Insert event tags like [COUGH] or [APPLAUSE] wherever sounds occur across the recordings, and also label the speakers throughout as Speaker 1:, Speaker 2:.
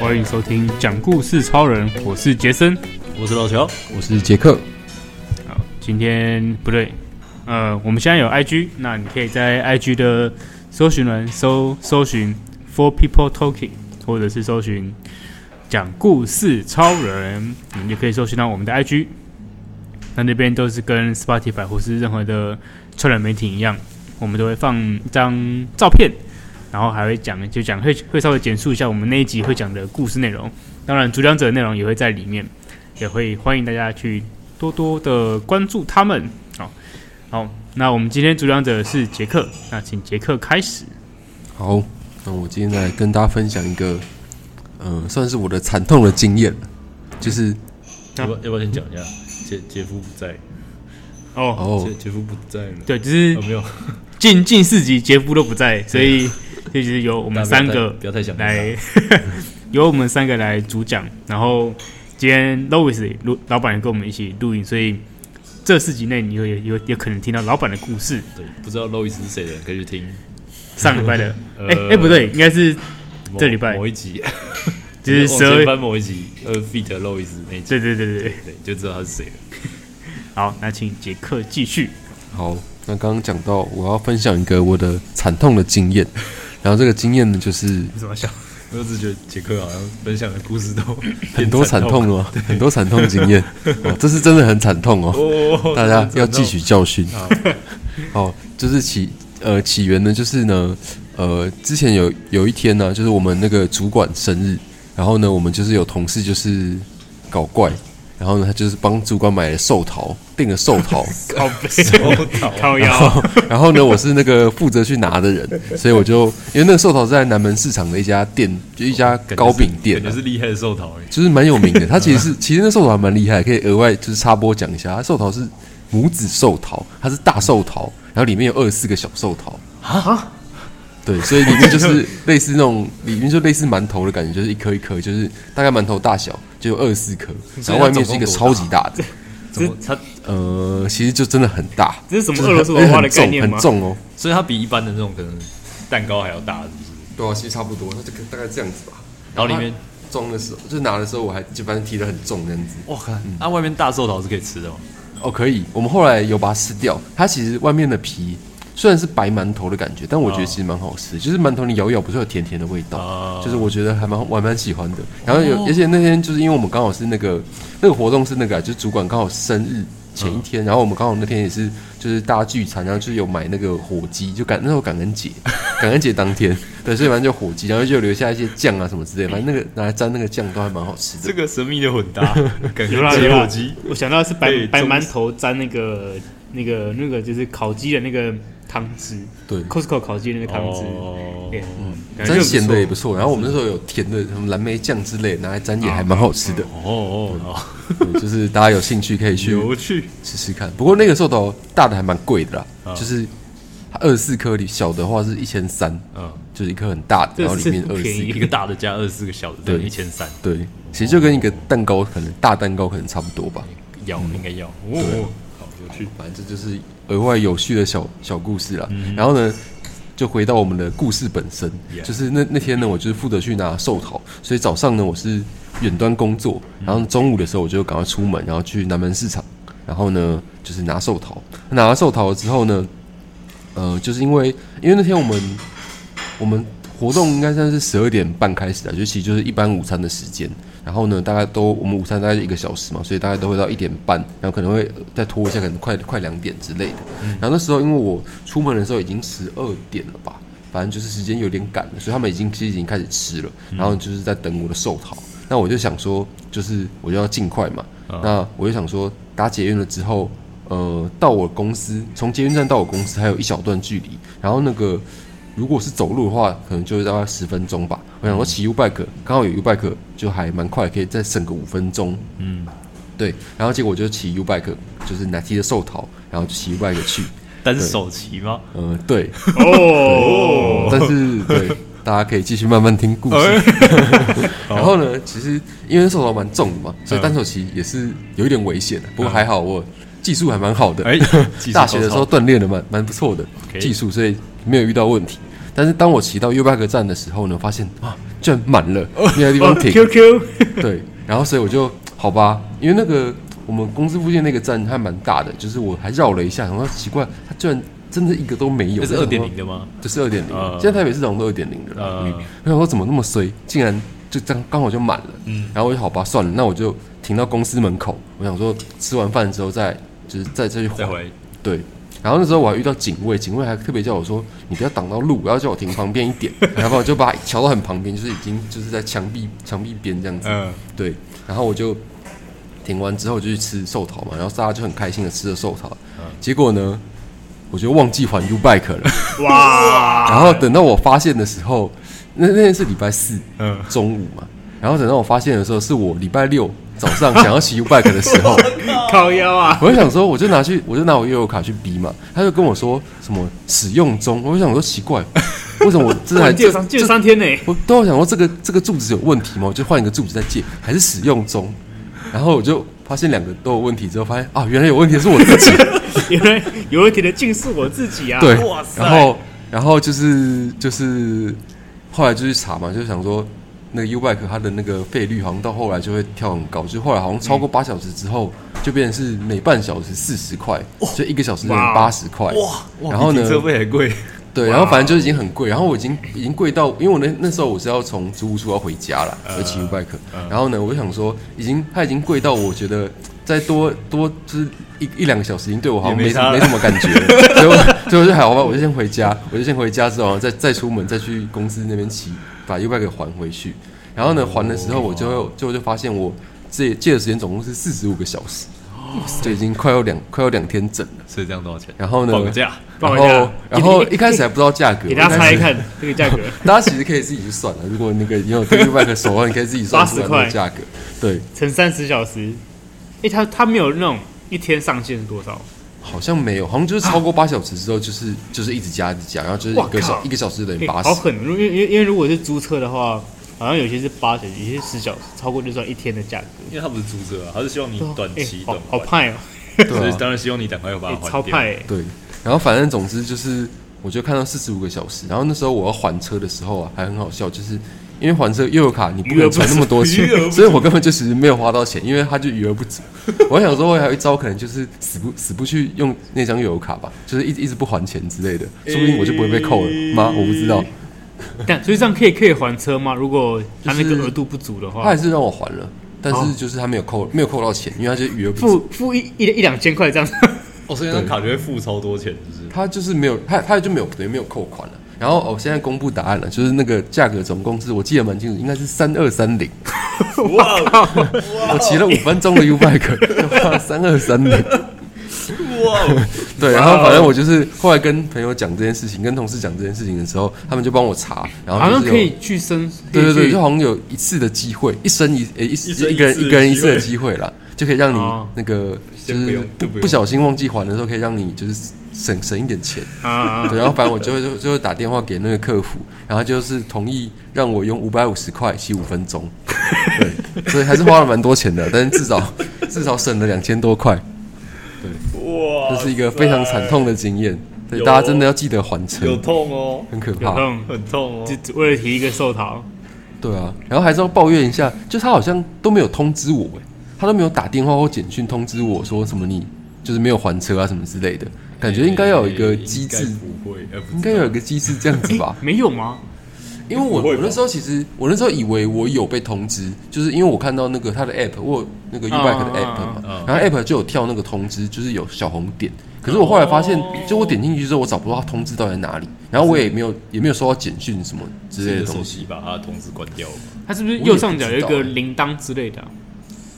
Speaker 1: 欢迎收听讲故事超人，我是杰森。
Speaker 2: 我是老乔，
Speaker 3: 我是杰克，
Speaker 1: 好，今天不对，呃，我们现在有 IG，那你可以在 IG 的搜寻栏搜搜寻 Four People Talking，或者是搜寻讲故事超人，你就可以搜寻到我们的 IG。那那边都是跟 Spotify 或是任何的超人媒体一样，我们都会放一张照片，然后还会讲就讲会会稍微简述一下我们那一集会讲的故事内容，当然主讲者的内容也会在里面，也会欢迎大家去多多的关注他们。好，好，那我们今天主讲者是杰克，那请杰克开始。
Speaker 3: 好，那我今天来跟大家分享一个，嗯、算是我的惨痛的经验，就是
Speaker 1: 啊
Speaker 2: 要不要要不要先讲一下？杰杰夫不在，
Speaker 1: 哦，
Speaker 3: 哦
Speaker 2: 杰，杰夫不在了，
Speaker 1: 对，就是
Speaker 2: 哦没有，
Speaker 1: 近近四集杰夫都不在，所以这就是由我们三个
Speaker 2: 不要太想
Speaker 1: 来， [LAUGHS] 由我们三个来主讲。然后今天 Louis 录老板也跟我们一起录影，所以这四集内你有有有可能听到老板的故事。
Speaker 2: 对，不知道 Louis 是谁的人可以去听
Speaker 1: 上礼拜
Speaker 2: [LAUGHS]
Speaker 1: 的，哎
Speaker 2: 呃
Speaker 1: 哎、不对，应该是
Speaker 2: 某
Speaker 1: 这礼拜
Speaker 2: 某一集，
Speaker 1: 就是十
Speaker 2: 往前
Speaker 1: 二，
Speaker 2: 翻某一集，呃，Fit Louis 那一集，
Speaker 1: 对对对对对。
Speaker 2: 对，就知道他是谁了。
Speaker 1: 好，那请杰克继续。
Speaker 3: 好，那刚刚讲到我要分享一个我的惨痛的经验，然后这个经验呢，就是
Speaker 1: 你怎么想？
Speaker 2: 我只觉得杰克好像分享的故事都
Speaker 3: 很多惨痛哦，很多惨痛经验，哦，这是真的很惨 [LAUGHS] 痛哦，
Speaker 2: 哦，
Speaker 3: 大家要汲
Speaker 2: 继续。
Speaker 3: 取教训
Speaker 2: 好。
Speaker 3: [LAUGHS] 好，就是起呃起源呢，就是呢，呃，之前有有一天呢、就是我们那个主管生日，然后呢，我们就是有同事就是搞怪，然后呢，他就是帮主管买了寿桃，订了寿
Speaker 2: [LAUGHS]
Speaker 3: 桃，
Speaker 1: 靠背， [LAUGHS] 靠腰。
Speaker 3: 然后呢，我是那个负责去拿的人，所以我就因为那个寿桃是在南门市场的一家店，就一家
Speaker 2: 哦感觉
Speaker 3: 糕
Speaker 2: 是
Speaker 3: 饼店
Speaker 2: 感
Speaker 3: 啊、
Speaker 2: 觉是厉害的寿桃哎，
Speaker 3: 就是蛮有名的。它其实是， [LAUGHS] 其实那寿桃还蛮厉害，可以额外就是插播讲一下，它寿桃是母子寿桃，它是大寿桃，然后里面有二十四个小寿桃
Speaker 2: 啊。
Speaker 3: 对，所以里面就是类似那种，里面就类似馒头的感觉，就是一颗一颗，就是大概馒头大小，就有二十四颗，然后外面是一个超级大的，
Speaker 2: 怎么他？
Speaker 3: 呃，其实就真的很大，
Speaker 1: 这是什么俄罗斯娃娃的概念
Speaker 3: 很
Speaker 1: 吗？
Speaker 3: 重哦。
Speaker 2: 所以他比一般的那种可能蛋糕还要大，是不是？
Speaker 3: 对啊，其实差不多，它就大概这样子吧。
Speaker 2: 然后里面，
Speaker 3: 装的时候，就拿的时候，我还就反正提的很重这样子。
Speaker 2: 哇靠，那外面大寿桃是可以吃的吗？
Speaker 3: 哦，可以，我们后来有把它撕掉。它其实外面的皮虽然是白馒头的感觉，但我觉得其实蛮好吃，就是馒头你咬一咬不是有甜甜的味道，
Speaker 2: 哦
Speaker 3: 就是我觉得还蛮我还蛮喜欢的。然后有，而且那天就是因为我们刚好是那个那个活动是那个啊、就是主管刚好生日。前一天，然后我们刚好那天也是，就是大家聚餐，然后就是有买那个火鸡，就感那时候感恩节， [LAUGHS] 感恩节当天，对，所以反正就火鸡，然后就留下一些酱啊什么之类的，反正那个拿来沾那个酱都还蛮好吃的。
Speaker 2: 这个神秘的混搭，感
Speaker 1: 有
Speaker 2: 觉
Speaker 1: 啦
Speaker 2: 是
Speaker 1: 有
Speaker 2: 火
Speaker 1: 啦
Speaker 2: 鸡，
Speaker 1: 我想到是白
Speaker 2: 对
Speaker 1: 白
Speaker 2: 中
Speaker 1: 馒头沾那个那个那个就是烤鸡的那个汤汁
Speaker 3: 对，
Speaker 1: ，Costco 烤鸡的那个汤汁，
Speaker 2: 哦
Speaker 1: 对，嗯感觉
Speaker 3: 沾
Speaker 1: 就
Speaker 3: 咸
Speaker 1: 不
Speaker 3: 的
Speaker 1: 错
Speaker 3: 也不错，然后我们那时候有甜的，什么蓝莓酱之类，拿来沾
Speaker 1: 啊
Speaker 3: 也还蛮好吃的。
Speaker 2: 哦哦，好
Speaker 3: [LAUGHS] 对就是大家有兴趣可以去
Speaker 2: 有趣，
Speaker 3: 试试看。不过那个寿桃大的还蛮贵的
Speaker 1: 啊
Speaker 3: 啦，就是二十四颗里小的话是一千三，
Speaker 2: 嗯，
Speaker 3: 就是一颗很大的，
Speaker 1: 啊这
Speaker 3: 然后里面
Speaker 1: 是不
Speaker 3: 二十
Speaker 1: 便宜
Speaker 3: 四。
Speaker 2: 一个大的加二十四个小的，对，一千三，
Speaker 3: 对，其实就跟一个蛋糕可能大蛋糕可能差不多吧。
Speaker 2: 要
Speaker 3: 嗯
Speaker 2: 应该要，哦，好有趣，
Speaker 3: 反正这就是额外有趣的小小故事啦。然后呢，就回到我们的故事本身
Speaker 2: Yeah
Speaker 3: 就是那那天呢，我就是负责去拿寿桃，所以早上呢我是远端工作，然后中午的时候我就赶快出门，然后去南门市场，然后呢就是拿寿桃。拿了寿桃之后呢，呃，就是因为因为那天我们我们活动应该算是十二点半开始的，啊就其实就是一般午餐的时间。然后呢，大概都我们午餐大概就一个小时嘛，所以大概都会到一点半，然后可能会呃再拖一下，可能快快两点之类的。然后那时候因为我出门的时候已经十二点了吧，反正就是时间有点赶了，所以他们已经其实已经开始吃了，然后就是在等我的寿桃。那我就想说，就是我就要尽快嘛，那我就想说搭捷运了之后，呃，到我公司从捷运站到我公司还有一小段距离，然后那个如果是走路的话，可能就是大概十分钟吧。我
Speaker 2: 嗯
Speaker 3: 想说骑 U bike，刚好有 U bike 就还蛮快，可以再省个五分钟。
Speaker 2: 嗯，
Speaker 3: 对，然后结果我就骑 U bike，就是拿提着寿桃，然后就骑 U bike 去。
Speaker 2: 单手骑吗？
Speaker 3: 呃，对，
Speaker 1: 哦，
Speaker 3: 但是对，大家可以继续慢慢听故事。
Speaker 2: 哎
Speaker 3: [LAUGHS] 然后
Speaker 2: 嗯
Speaker 3: 呢，其实因为那寿桃蛮重的嘛，所以单手骑也是有一点危险的。不过还好我技术还蛮好的，
Speaker 2: 哎，
Speaker 3: 大学的时候锻炼的蛮蛮不错的
Speaker 2: OK
Speaker 3: 技术，所以没有遇到问题。但是当我骑到 U b a 站的时候呢，发现啊，居然满
Speaker 2: [LAUGHS]
Speaker 3: 了，没有地
Speaker 2: 哦
Speaker 3: 方停。
Speaker 1: QQ
Speaker 3: 对，然后所以我就好吧，因为那个我们公司附近那个站还蛮大的，就是我还绕了一下，然后奇怪，它居然真的一个都没有。
Speaker 2: 那是二
Speaker 3: 我想
Speaker 2: 点
Speaker 3: 说
Speaker 2: 零的吗？
Speaker 3: 就是二点零
Speaker 2: 呃，
Speaker 3: 现在台北市长都二点零的了。
Speaker 2: 呃
Speaker 3: 嗯我想说怎么那么衰，竟然就这样刚好就满了。
Speaker 2: 嗯
Speaker 3: 然后我就好吧，算了，那我就停到公司门口。我想说吃完饭之后再就是再再去
Speaker 2: 再
Speaker 3: 还。
Speaker 2: 回
Speaker 3: 对。然后那时候我还遇到警卫，警卫还特别叫我说：“你不要挡到路，然后叫我停旁边一点。” [LAUGHS] 然后我就把桥到很旁边，就是已经就是在墙壁墙壁边这样子。
Speaker 2: 嗯
Speaker 3: 对，然后我就停完之后就去吃寿桃嘛，然后大家就很开心的吃了寿桃。
Speaker 2: 嗯
Speaker 3: 结果呢，我就忘记还 U bike
Speaker 2: [LAUGHS]
Speaker 3: 了。
Speaker 1: 哇，
Speaker 3: 然后等到我发现的时候，那那天是礼拜四
Speaker 2: 嗯，
Speaker 3: 中午嘛，然后等到我发现的时候，是我礼拜六早上想要骑 U bike
Speaker 2: [LAUGHS]
Speaker 3: 的时候， [LAUGHS]
Speaker 1: 靠腰啊，
Speaker 3: 我就想说，我就拿去，我就拿我悠游卡去逼嘛，他就跟我说什么使用中，我就想说奇怪，为什么我这还
Speaker 1: 借
Speaker 3: 这
Speaker 1: 了三借
Speaker 3: 这
Speaker 1: 了三天呢，
Speaker 3: 我都有想说这个这个柱子有问题吗？我就换一个柱子再借，还是使用中？然后我就发现两个都有问题之后，发现啊，原来有问题的是我自己。
Speaker 1: 原来有问题的竟是我自己啊！
Speaker 3: 对
Speaker 1: 哇，塞，
Speaker 3: 然后然后就是就是后来就去查嘛，就想说那个 U bike 它的那个费率好像到后来就会跳很高，就后来好像超过八小时之后，就变成是每半小时四十块，就一个小时等于
Speaker 1: 哇
Speaker 3: 八十块。
Speaker 2: 嗯哇
Speaker 3: 然后
Speaker 2: 比
Speaker 3: 呢
Speaker 2: 停车费还贵，
Speaker 3: 对，然后反正就已经很贵，然后我已经已经贵到，因为我那那时候我是要从租屋处要回家了，
Speaker 2: 呃
Speaker 3: 我骑 U bike，然后呢，我就想说，已经它已经贵到我觉得再多多就是一一两个小时，已经对我好像
Speaker 2: 也
Speaker 3: 没
Speaker 2: 没
Speaker 3: 什
Speaker 2: 差
Speaker 3: 么
Speaker 2: 了
Speaker 3: 没什么感觉了，
Speaker 2: [LAUGHS]
Speaker 3: 所以我所以我就还好吧，我就先回家，我就先回家之后再再出门再去公司那边骑，把 U bike 还回去，然后呢还的时候我就会就就发现我借借的时间总共是四十五个小时，就已经快要两快要两天整了，
Speaker 2: 所以这样多少钱？
Speaker 3: 然后呢
Speaker 2: 放个价，
Speaker 1: 报
Speaker 3: 然
Speaker 1: 一下
Speaker 3: 后然后一开始还不知道价格，
Speaker 1: 给大家猜一
Speaker 3: 一开始
Speaker 1: 看这个价格，
Speaker 3: 大家其实可以自己去算了。如果那个你有 d i g b a c 手腕，你可以自己算出来那个价格。对，
Speaker 1: 乘三十小时，哎，他他没有那种一天上限是多少？
Speaker 3: 好像没有，好像就是超过八小时之后，就是就是一直加一直加，然后就是一个
Speaker 1: 哇
Speaker 3: 小
Speaker 1: 靠
Speaker 3: 一个小时等于
Speaker 1: 欸
Speaker 3: 八
Speaker 1: 好
Speaker 3: 十。
Speaker 1: 狠！如因为因为因为如果是租车的话，好像有些是八小时，有些是十小时，超过就算一天的价格。
Speaker 2: 因为他不是租车啊，他是希望你
Speaker 1: 对啊
Speaker 2: 短期
Speaker 1: 欸
Speaker 2: 短
Speaker 1: 好好
Speaker 2: 还，
Speaker 1: 派哦、
Speaker 2: 所
Speaker 3: 对
Speaker 2: 以
Speaker 3: 啊，
Speaker 2: 当然希望你赶快把它
Speaker 1: 欸
Speaker 2: 还
Speaker 1: 超
Speaker 2: 掉
Speaker 1: 派、欸！
Speaker 3: 对。然后反正总之就是，我就看到四十五个小时。然后那时候我要还车的时候啊，还很好笑，就是因为还车又有卡，你不
Speaker 1: 余额
Speaker 3: 能
Speaker 1: 不
Speaker 3: 存那么多
Speaker 1: 足
Speaker 3: 钱
Speaker 1: 余额不，足
Speaker 3: 所以我根本就其实没有花到钱，因为它就余额不足。我想说，我还有一招可能就是死不死不去用那张悠游卡吧，就是一直一直不还钱之类的，说不定我就不会被扣了吗？我不知道。
Speaker 1: 但所以这样可以可以还车吗？如果他那
Speaker 3: 就是
Speaker 1: 个额度不足的
Speaker 3: 他
Speaker 1: 话
Speaker 3: 还，是让我还了，但
Speaker 1: 哦
Speaker 3: 是就是他没有扣，没有扣到钱，因为他就是余额不足，
Speaker 1: 付付一一一两千块这样，
Speaker 2: 哦，所以那张卡就会付超多钱，就是
Speaker 3: 他就是没有，他他就没有等于没有扣款了。然后哦，现在公布答案了，就是那个价格总共是我记得蛮清楚，应该是三二三零。
Speaker 2: 哇
Speaker 3: 我骑了五分钟的 U bike，就花三二三零。
Speaker 2: 哇，
Speaker 3: 对，然后反正我就是后来跟朋友讲这件事情，跟同事讲这件事情的时候，他们就帮我查，然
Speaker 1: 好
Speaker 3: 后
Speaker 1: 像
Speaker 3: 就是
Speaker 1: 可
Speaker 3: 有
Speaker 1: 以去申，
Speaker 3: 对对
Speaker 1: 可以
Speaker 3: 对，
Speaker 1: 去
Speaker 3: 就好像有一次的机会，一生一诶、一
Speaker 2: 一生
Speaker 3: 一个人
Speaker 2: 一次的
Speaker 3: 一个人一
Speaker 2: 机
Speaker 3: 次
Speaker 2: 会
Speaker 3: 的机会啦，就可以让
Speaker 1: 哦
Speaker 3: 你那个就
Speaker 2: 先不
Speaker 3: 是
Speaker 2: 用
Speaker 3: 不
Speaker 2: 就不用
Speaker 3: 不小心忘记还的时候，可以让你就是省省一点钱。
Speaker 1: 啊啊，啊
Speaker 3: 对，然后反正我就会就就会打电话给那个客服，然后就是同意让我用五百五十块洗五分钟，对，所以还是花了蛮多钱的，但是至少至少省了两千多块，
Speaker 2: 哇
Speaker 3: [LAUGHS] 这是一个非常惨痛的经验。对，
Speaker 2: 有
Speaker 3: 大家真的要记得还车，
Speaker 2: 有痛哦，
Speaker 3: 很可
Speaker 1: 有
Speaker 3: 怕。
Speaker 1: 空
Speaker 2: 很痛
Speaker 1: 只
Speaker 2: 哦，
Speaker 1: 只为了提一个寿桃，？
Speaker 3: 对啊，然后还是要抱怨一下，就他好像都没有通知我、欸，他都没有打电话或简讯通知我说什么你就是没有还车啊什么之类的，感觉应该要有一个机制，
Speaker 2: 应该不会，呃不知道
Speaker 3: 应该有一个机制这样子吧
Speaker 1: 没有吗？
Speaker 3: 因为我
Speaker 2: 不会
Speaker 3: 我
Speaker 2: 吧
Speaker 3: 那时候其实我那时候以为我有被通知，就是因为我看到那个他的 app，我有那个 u b i k 的 app 嘛，
Speaker 2: 嗯嗯
Speaker 3: 然后 app 就有跳那个通知，就是有小红点。可是我后来发现，就我点进去之后，我找不到他通知到底在哪里，然后我也没有也没有收到简讯什么之类
Speaker 2: 是你
Speaker 3: 的
Speaker 2: 的
Speaker 3: 东
Speaker 2: 手
Speaker 3: 西，
Speaker 2: 机把它的通知关掉了吗
Speaker 1: 他是不是
Speaker 3: 我也
Speaker 1: 右上角有一
Speaker 3: 不知道
Speaker 1: 个
Speaker 3: 欸
Speaker 1: 铃铛之类的啊、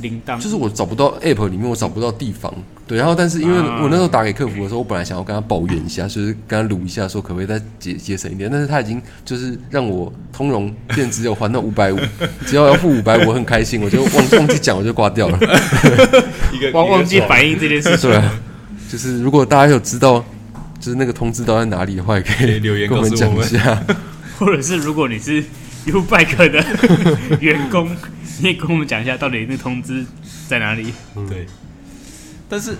Speaker 1: 铃铛？
Speaker 3: 就是我找不到 app 里面，我找不到地方。对，然后但是因为
Speaker 1: 啊
Speaker 3: 我那时候打给客服的时候，我本来想要跟他抱怨一下，就是跟他撸一下，说可不可以再节节省一点，但是他已经就是让我通融变只有还到五百五， [LAUGHS] 只要要付五百五，我很开心，我就忘忘记讲，我就挂掉了。
Speaker 2: 一个
Speaker 1: 忘忘记
Speaker 2: 白
Speaker 1: 反应这件事
Speaker 3: [LAUGHS]
Speaker 1: 情，
Speaker 3: 对啊，就是如果大家有知道。就是那个通知到在哪里的话，也可
Speaker 2: 可
Speaker 3: 以
Speaker 2: 以留言
Speaker 3: 跟我们
Speaker 2: 告诉
Speaker 3: 讲
Speaker 2: 我
Speaker 3: 一
Speaker 2: 们
Speaker 3: 下。
Speaker 1: 或者是如果你是 U Bike
Speaker 3: [LAUGHS]
Speaker 1: 的员工，你也跟我们讲一下到底那通知在哪里？
Speaker 2: 对，但是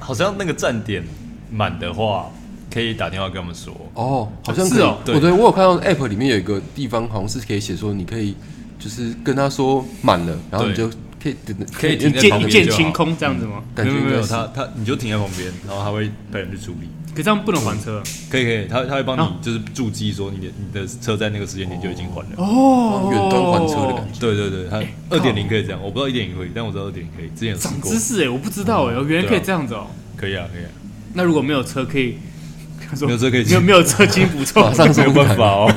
Speaker 2: 好像那个站点满的话，可以打电话跟他们说。
Speaker 3: 哦，好像可以
Speaker 1: 是哦
Speaker 3: 我
Speaker 2: 对
Speaker 3: 对我有看到 App 里面有一个地方，好像是可以写说你可以就是跟他说满了，然后你
Speaker 2: 对
Speaker 3: 就可以等，
Speaker 2: 可以停在
Speaker 1: 见
Speaker 2: 旁
Speaker 1: 一
Speaker 2: 边
Speaker 1: 见
Speaker 2: 就好
Speaker 1: 清空这样子吗？
Speaker 3: 嗯感觉
Speaker 1: 没有没有没
Speaker 2: 没
Speaker 3: 应该
Speaker 2: 有
Speaker 1: 有，
Speaker 2: 他他你就停在旁边，然后他会派人去处理。
Speaker 1: 可这样不能还车
Speaker 2: 可以可以，他他会帮
Speaker 1: 啊
Speaker 2: 你就是注记说你的你的车在那个时间点就已经还了。
Speaker 1: 哦
Speaker 3: 远端还车的感觉。
Speaker 2: 对对对，他二点零可以这样，我不知道一点零可以，但我知道二点零可以。之前有试
Speaker 1: 长
Speaker 2: 过
Speaker 1: 知，识哎，我不知道哎，我原来可以
Speaker 2: 对啊
Speaker 1: 这样子哦。
Speaker 2: 可以啊可以啊，
Speaker 1: 那如果没有车可以，他说
Speaker 2: 没有车可以
Speaker 1: 没有没有车金不错
Speaker 3: 马。上
Speaker 2: 没有办法 [LAUGHS] 哦。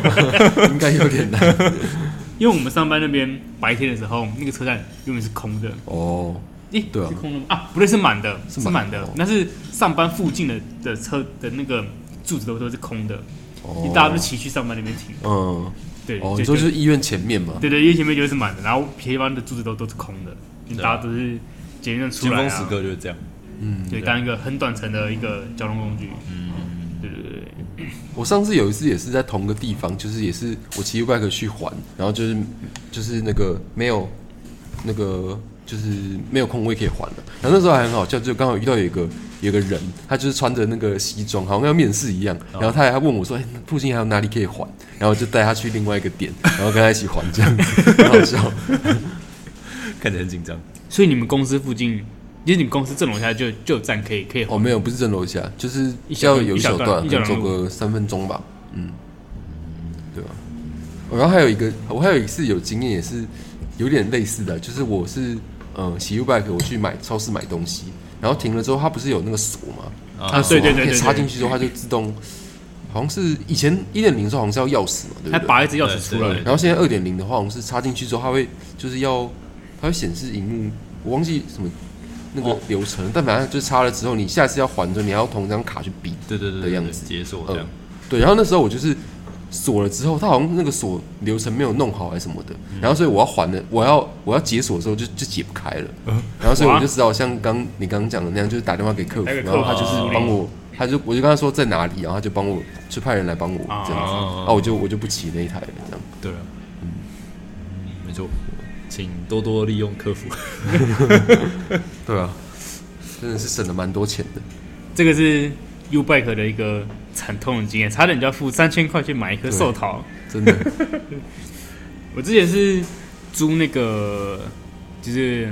Speaker 3: 应该有
Speaker 2: [LAUGHS]
Speaker 3: 点难
Speaker 1: 因为我们上班那边白天的时候，那个车站永远是空的。
Speaker 3: 哦。
Speaker 1: 诶，
Speaker 3: 对啊
Speaker 1: 是空的吗？啊，不对，是满的，
Speaker 3: 是
Speaker 1: 是
Speaker 3: 满
Speaker 1: 满
Speaker 3: 的
Speaker 1: 的
Speaker 3: 哦。
Speaker 1: 那是上班附近的的车的那个柱子都都是空的，
Speaker 3: 哦
Speaker 1: 大家都骑去上班那边停。
Speaker 3: 嗯，
Speaker 1: 对，
Speaker 3: 哦，
Speaker 1: 就
Speaker 3: 你说就是医院前面嘛？
Speaker 1: 对对，因为前面就是满的，然后别的地方的柱子都都是空的，因为
Speaker 2: 对啊
Speaker 1: 大家都是捷运站出
Speaker 2: 尖
Speaker 1: 来
Speaker 2: 峰时
Speaker 1: 啊，
Speaker 2: 刻就是这样。
Speaker 3: 嗯
Speaker 1: 对，当一个很短程的一个交通工具。嗯，对对对对。
Speaker 3: 我上次有一次也是在同个地方，就是也是我骑 U bike 去还，然后就是就是那个没有那个就是没有空位可以还了。然后那时候还很好笑，就刚好遇到有一个有一个人，他就是穿着那个西装，好像要面试一样，
Speaker 2: 哦
Speaker 3: 然后他还问我说：“哎、附近还有哪里可以还？”然后我就带他去另外一个点，然后跟他一起还，这样子 [LAUGHS] 很好笑。
Speaker 2: 看起来很紧张。
Speaker 1: 所以你们公司附近，因为你们公司正楼下就就有站可以可以
Speaker 3: 哦，没有，不是正楼下，就是
Speaker 1: 一小
Speaker 3: 要
Speaker 1: 段
Speaker 3: 有一
Speaker 1: 一小
Speaker 3: 小
Speaker 1: 段
Speaker 3: 段，
Speaker 1: 一
Speaker 3: 可
Speaker 1: 小
Speaker 3: 能
Speaker 1: 段
Speaker 3: 走个三分钟吧。嗯，对吧、哦然后还有一个，我还有一次有经验也是有点类似的，就是我是嗯骑 U bike 我去买超市买东西，然后停了之后，它不是有那个锁吗？
Speaker 1: 啊，对对对对
Speaker 3: 可以
Speaker 1: 对，
Speaker 3: 插进去之后，它就自动，好像是以前一点零的时候好像是要钥匙嘛，对
Speaker 1: 还
Speaker 3: 不对？
Speaker 1: 拔一只钥匙出
Speaker 2: 对
Speaker 1: 来
Speaker 2: 对。对
Speaker 3: 然后现在二点零的话，好像是插进去之后，它会就是要它会显示荧幕，我忘记什么那个
Speaker 2: 哦
Speaker 3: 流程，但反正就是插了之后，你下次要还的时候，你还要同一张卡去比。
Speaker 2: 对对对
Speaker 3: 的
Speaker 2: 对
Speaker 3: 样
Speaker 2: 对，
Speaker 3: 子
Speaker 2: 解锁
Speaker 3: 嗯
Speaker 2: 这样。
Speaker 3: 对，然后那时候我就是锁了之后，它好像那个锁流程没有弄好还是什么的，然后所以我要还的，我要我要解锁的时候就就解不开了，然后所以我
Speaker 1: 哇
Speaker 3: 就只好像刚你刚刚讲的那样，就是打电话给客服，啊
Speaker 1: 那个
Speaker 3: 然后他
Speaker 1: 客
Speaker 3: 就
Speaker 1: 服
Speaker 3: 是
Speaker 1: 处理
Speaker 3: 帮我，他就我就跟他说在哪里，然后他就帮我就派人来帮我
Speaker 1: 啊
Speaker 3: 这样子，
Speaker 2: 啊啊啊
Speaker 3: 啊我就我就不骑那一台了这样。
Speaker 2: 对啊，嗯，没错，请多多利用客服。
Speaker 3: 对啊，真的是省了蛮多钱的。
Speaker 1: 这个是 U Bike 的一个惨痛的经验，差点就要付三千块去买一颗寿桃。
Speaker 3: 真
Speaker 1: [LAUGHS]
Speaker 3: 的，
Speaker 1: 我之前是租那个，就是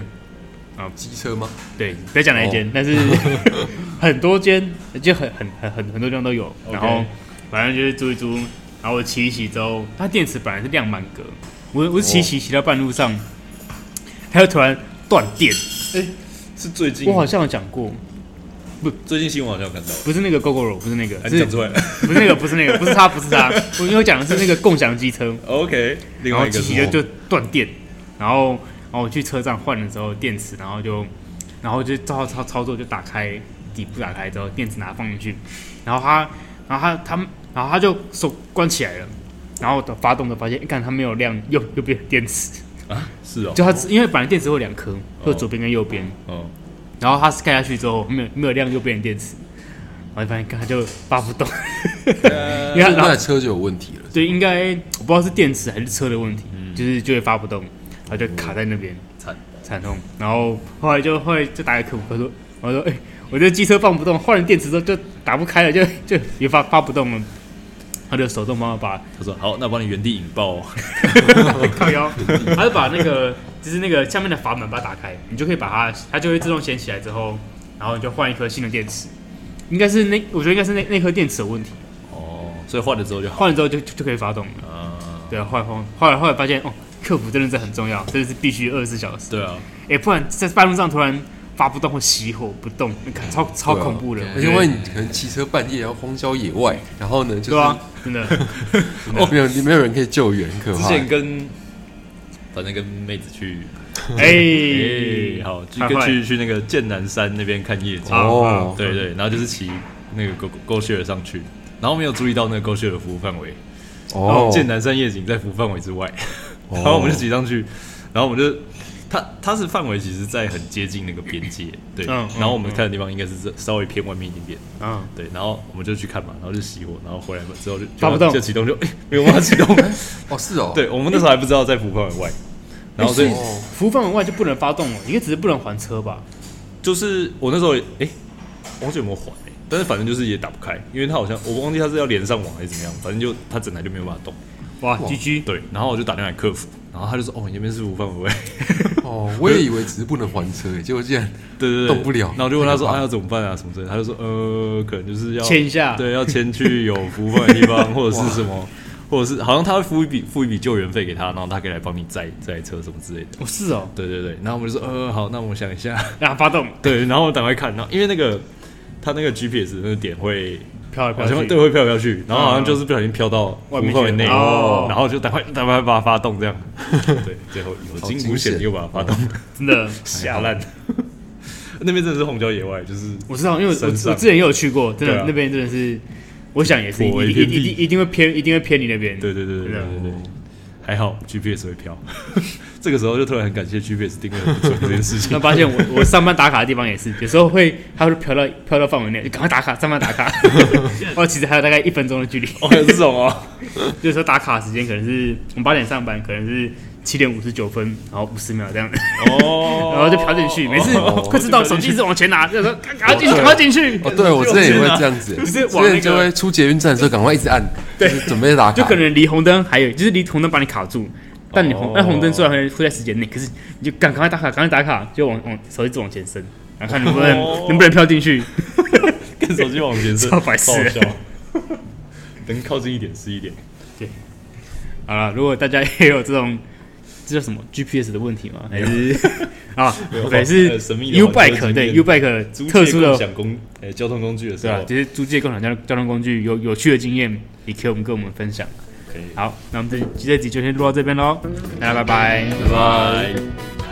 Speaker 3: 机车吗？
Speaker 1: 对，不要讲哪一间，
Speaker 2: 哦
Speaker 1: 但
Speaker 2: [LAUGHS]
Speaker 1: 是很多间，就很很很很很多地方都有。
Speaker 2: OK
Speaker 1: 然后反正就是租一租，然后我骑一骑之后，它电池本来是亮满格，我我骑一骑骑到半路上，它又突然断电。
Speaker 2: [LAUGHS] 是最近
Speaker 1: 我好像有讲过，
Speaker 2: 最近新闻好像有看到，
Speaker 1: 不是那个 GoGoRo，不是那个，
Speaker 2: 哎，你
Speaker 1: 是
Speaker 2: 讲出来了。 [LAUGHS]
Speaker 1: 不是那个，不是那个，不是它，不是它。我因为我讲的是那个共享机车。
Speaker 2: OK，另
Speaker 1: 然后
Speaker 2: 外一个
Speaker 1: 骑
Speaker 2: 是
Speaker 1: 骑
Speaker 2: 什
Speaker 1: 就
Speaker 2: 么
Speaker 1: 就断电，然后然后我去车站换的时候电池，然后就然后就照操操作就打开底部打开之后电池拿放进去，然后它然后它它然后它就手关起来了，然后我发动的发现，看它没有亮，又又变成电池，
Speaker 2: 啊，是哦，
Speaker 1: 就它只因为本来电池会有两颗，会有左边跟右边，
Speaker 2: 哦，
Speaker 1: 然后它盖下去之后没有没有亮右边的电池，然后就发现看它就发不动， [LAUGHS] 因为 [LAUGHS] 它然后
Speaker 3: 那台车就有问题了。
Speaker 1: 对，应该我不知道是电池还是车的问题，就是就会发不动，然后就卡在那边，
Speaker 2: 惨
Speaker 1: 惨痛。然后后来就后来就打给客服，他说，我说，哎、我这机车放不动，换了电池之后就打不开了，就就也发发不动了。他就手动帮我把
Speaker 2: 他说好，那帮你原地引爆
Speaker 1: [LAUGHS]
Speaker 2: 哦。
Speaker 1: 靠腰， [LAUGHS] 他就把那个就是那个下面的阀门把它打开，你就可以把它，它就会自动掀起来之后，然后你就换一颗新的电池。应该是那，我觉得应该是那那颗电池有问题，
Speaker 2: 哦，所以换了之后就好。
Speaker 1: 换了之后就就就可以发动了。
Speaker 2: 啊，
Speaker 1: 对啊，后来后后来后来发现哦，客服真的是很重要，真的是必须二十四小时，
Speaker 2: 对啊，
Speaker 1: 哎、不然在半路上突然发不动或熄火不动，那看超超
Speaker 3: 对啊
Speaker 1: 恐怖的，
Speaker 3: 而且万一你可能骑车半夜然后荒郊野外，然后呢，就是
Speaker 1: 对啊，真的，
Speaker 3: 哦没有没有人可以救援，很可
Speaker 2: 之
Speaker 1: 啊
Speaker 3: 怕。
Speaker 2: 前跟反正跟妹子去，
Speaker 1: 哎、
Speaker 2: 哎，好，去
Speaker 1: 快
Speaker 2: 跟
Speaker 1: 快
Speaker 2: 去去那个剑南山那边看夜景。
Speaker 1: 啊
Speaker 3: 哦，
Speaker 2: 对对，然后就是骑那个 Go Go Share 上去，然后没有注意到那个 Go Share 的服务范围，然后
Speaker 3: 哦，
Speaker 2: 剑南山夜景在服务范围之外，
Speaker 1: 哦
Speaker 2: [LAUGHS] 然后我们就骑上去，然后我们就它它是范围其实在很接近那个边界，对，
Speaker 1: 嗯嗯
Speaker 2: 然后我们看的地方应该是这稍微偏外面一点点，
Speaker 1: 嗯，
Speaker 2: 对，然后我们就去看嘛，然后就熄火，然后回来之后就就
Speaker 1: 发不动
Speaker 2: 就启动就哎、没有办法启
Speaker 1: [LAUGHS]
Speaker 2: 动，
Speaker 3: 哦是哦，
Speaker 2: 对我们那时候还不知道在服务范围外，然后所以
Speaker 1: 哎
Speaker 3: 哦
Speaker 1: 服务范围外就不能发动了，应该只是不能还车吧？
Speaker 2: 就是我那时候哎、忘记有没有还、欸，但是反正就是也打不开，因为它好像我忘记它是要连上网还是怎么样，反正就它整台就没有办法动。
Speaker 1: 哇，GG，
Speaker 2: 对，然后我就打电话给客服，然后他就说：“哦，你那边是无范围。
Speaker 3: 哦，我也以为只是不能还车，结
Speaker 1: [LAUGHS]
Speaker 3: 果竟然”
Speaker 2: 对对对，
Speaker 3: 动不了
Speaker 2: 然后我就问他说：“
Speaker 3: 太可怕
Speaker 2: 啊，要怎么办啊？什么之类的？”他就说：“呃，可能就是要
Speaker 1: 签一下
Speaker 2: 对，要迁去有服务范围的地方，或者是什么，或者是好像他会付一笔付一笔救援费给他，然后他可以来帮你载载车什么之类的。
Speaker 1: 哦是哦，”
Speaker 2: 对对对，然后我们就说：“呃，好，那我想一下。” [LAUGHS]
Speaker 1: 啊发动
Speaker 2: 对，然后我赶快看，然后因为那个他那个 GPS 那个点会
Speaker 1: 飘来
Speaker 2: 好
Speaker 1: 飘
Speaker 2: 像
Speaker 1: 去，嗯
Speaker 2: 对会飘来飘去，然后好像就是不小心飘到
Speaker 1: 外面去
Speaker 2: 范围内，
Speaker 1: 了哦
Speaker 2: 然后就赶快赶快把它发动这
Speaker 1: [LAUGHS]
Speaker 2: 样，对，最后有
Speaker 3: 好惊
Speaker 2: 惊无险
Speaker 3: 险
Speaker 2: 地又把它发动，
Speaker 1: 真的
Speaker 2: 吓烂。 [LAUGHS] 那边真的是荒郊野外，就是
Speaker 1: [LAUGHS] 我知道，因为我我
Speaker 2: 身上
Speaker 1: 我之前也有去过，真
Speaker 2: 对
Speaker 1: 的、
Speaker 2: 啊
Speaker 1: 那边真的是，我想也是一
Speaker 2: 颇为
Speaker 1: 一
Speaker 2: 偏
Speaker 1: 一
Speaker 2: 僻
Speaker 1: 定一定会偏，一定会偏离那边。
Speaker 2: 对对对对对对
Speaker 1: 真
Speaker 2: 对
Speaker 1: 的，
Speaker 2: 还好 GPS 会
Speaker 1: [LAUGHS]
Speaker 2: 飘。这个时候就突然很感谢 GPS 定位很不准这件事
Speaker 1: 那
Speaker 2: [LAUGHS] 情。
Speaker 1: 发现我我上班打卡的地方也是， [LAUGHS] 有时候会它会飘到飘到范围内，就赶快打卡，上班打
Speaker 2: [LAUGHS]
Speaker 1: 卡。哦，其实还有大概一分钟的距离，
Speaker 2: 哦，还有这种哦，
Speaker 1: 就是说打卡时间可能是我们八点上班，可能是七点五十九分，然后五十秒这样，
Speaker 2: 哦
Speaker 1: [LAUGHS] 然后就飘进去，每次
Speaker 2: 哦
Speaker 1: 快知道手机一直往前拿，就说赶赶快进去，赶快进去。
Speaker 3: 哦，对我之前也会这样子，
Speaker 1: 就是啊
Speaker 3: 之
Speaker 1: 往那个
Speaker 3: 前就会出捷运站的时候赶快一直按，就是准备打
Speaker 1: [LAUGHS]
Speaker 3: 卡，
Speaker 1: 就可能离红灯还有，就是离红灯把你卡住，但你红
Speaker 2: 哦
Speaker 1: 那红灯虽然会会在时间内，可是你就赶赶快打卡，赶快打卡，就往往手一直往前伸，然后看能不能
Speaker 2: 哦
Speaker 1: 能不能飘进去。
Speaker 2: 跟手机往前伸，
Speaker 1: 超白痴
Speaker 2: 好笑。 [LAUGHS] 能靠近一点是一点。
Speaker 1: 好了，如果大家也有这种这叫什么 GPS 的问题吗？还是 [LAUGHS] 啊
Speaker 2: 哎没有，
Speaker 1: 还是
Speaker 2: 呃神秘的
Speaker 1: U
Speaker 2: 环球
Speaker 1: Bike 对
Speaker 2: 经验
Speaker 1: U Bike 特殊的
Speaker 2: 享工呃交通工具的时
Speaker 1: 对啊
Speaker 2: 候，，
Speaker 1: 就是租借共享交交通工具有有趣的经验，也可以我们跟我们分享。
Speaker 2: 可以
Speaker 1: 好，那我们这这集就先录到这边喽，大家拜拜。
Speaker 2: 拜拜。